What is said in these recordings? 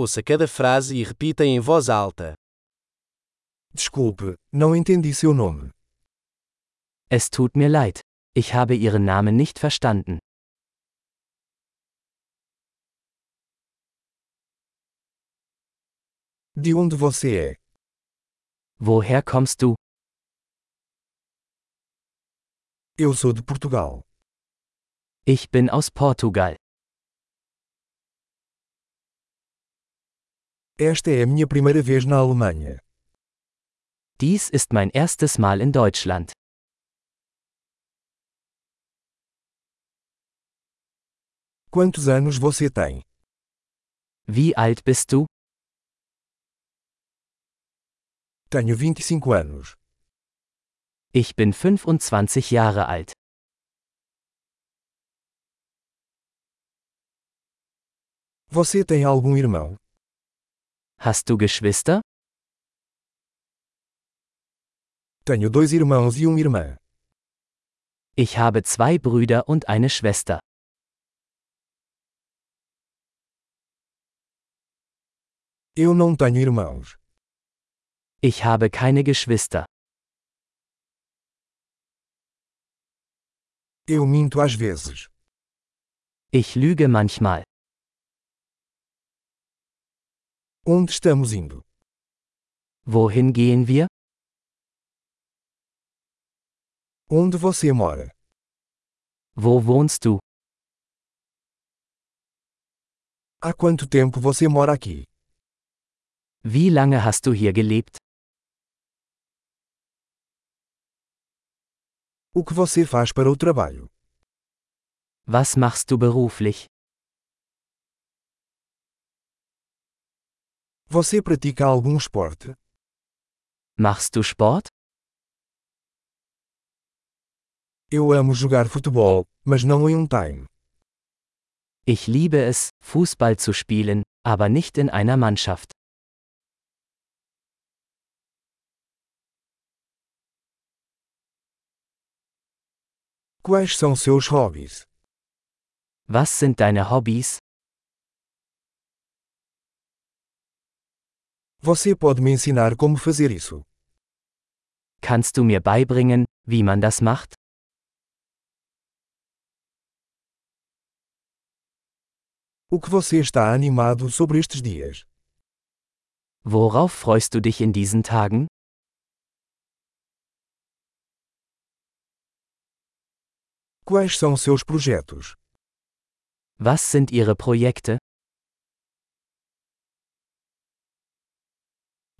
Ouça cada frase e repita em voz alta. Desculpe, não entendi seu nome. Es tut mir leid. Ich habe Ihren Namen nicht verstanden. De onde você é? Woher kommst du? Eu sou de Portugal. Ich bin aus Portugal. Esta é a minha primeira vez na Alemanha. Dies ist mein erstes Mal in Deutschland. Quantos anos você tem? Wie alt bist du? Tenho 25 anos. Ich bin 25 Jahre alt. Você tem algum irmão? Hast du Geschwister? Tenho dois irmãos e uma irmã. Ich habe zwei Brüder und eine Schwester. Eu não tenho irmãos. Ich habe keine Geschwister. Eu minto às vezes. Ich lüge manchmal. Onde estamos indo? Wohin gehen wir? Onde você mora? Wo wohnst du? Há quanto tempo você mora aqui? Wie lange hast du hier gelebt? O que você faz para o trabalho? Was machst du beruflich? Você pratica algum esporte? Machst du Sport? Eu amo jogar futebol, mas não em um time. Ich liebe es, Fußball zu spielen, aber nicht in einer Mannschaft. Quais são seus hobbies? Was sind deine Hobbys? Você pode me ensinar como fazer isso? Kannst du mir beibringen, wie man das macht? O que você está animado sobre estes dias? Worauf freust du dich in diesen Tagen? Quais são seus projetos? Was sind ihre Projekte?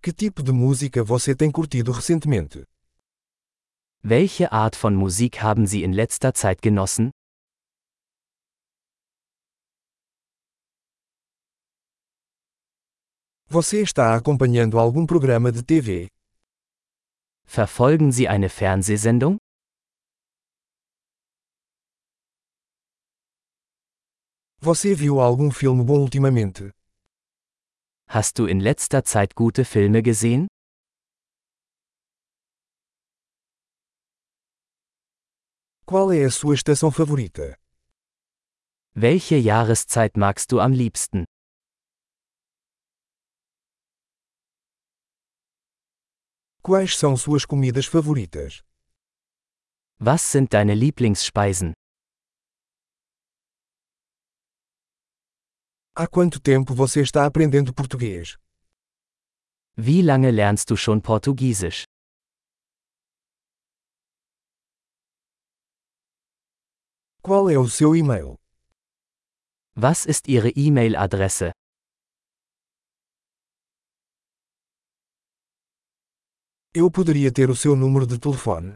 Que tipo de música você tem curtido recentemente? Welche Art von Musik haben sie in letzter Zeit genossen? Você está acompanhando algum programa de TV? Verfolgen sie eine Fernsehsendung? Você viu algum filme bom ultimamente? Hast du in letzter Zeit gute Filme gesehen? Qual é a sua estação favorita? Welche Jahreszeit magst du am liebsten? Quais são suas comidas favoritas? Was sind deine Lieblingsspeisen? Há quanto tempo você está aprendendo português? Wie lange lernst du schon Portugiesisch? Qual é o seu e-mail? Was ist ihre E-Mail-Adresse? Eu poderia ter o seu número de telefone?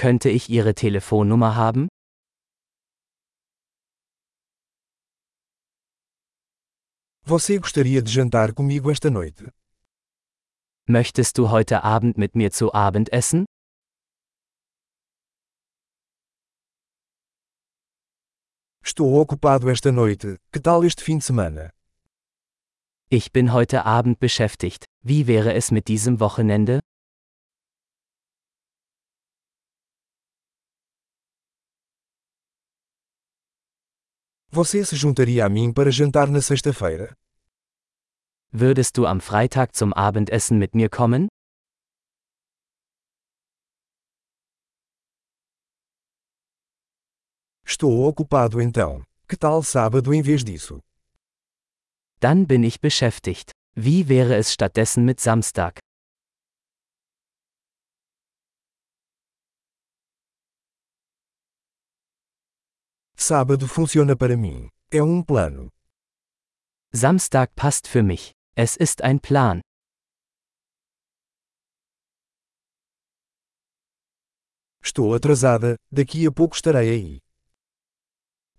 Könnte ich ihre Telefonnummer haben? Você gostaria de jantar comigo esta noite? Möchtest du heute Abend mit mir zu Abend essen? Estou ocupado esta noite, que tal este fim de semana? Ich bin heute Abend beschäftigt. Wie wäre es mit diesem Wochenende? Você se juntaria a mim para jantar na sexta-feira? Würdest du am Freitag zum Abendessen mit mir kommen? Estou ocupado então. Que tal sábado em vez disso? Dann bin ich beschäftigt. Wie wäre es stattdessen mit Samstag? Sábado funciona para mim. É um plano. Samstag passt für mich. Es ist ein Plan. Estou atrasada, daqui a pouco estarei aí.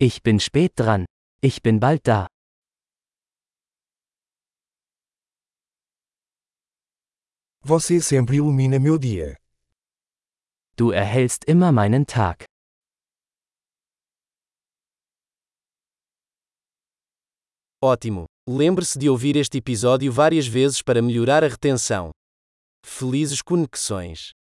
Ich bin spät dran. Ich bin bald da. Você sempre ilumina meu dia. Du erhellst immer meinen Tag. Ótimo! Lembre-se de ouvir este episódio várias vezes para melhorar a retenção. Felizes conexões!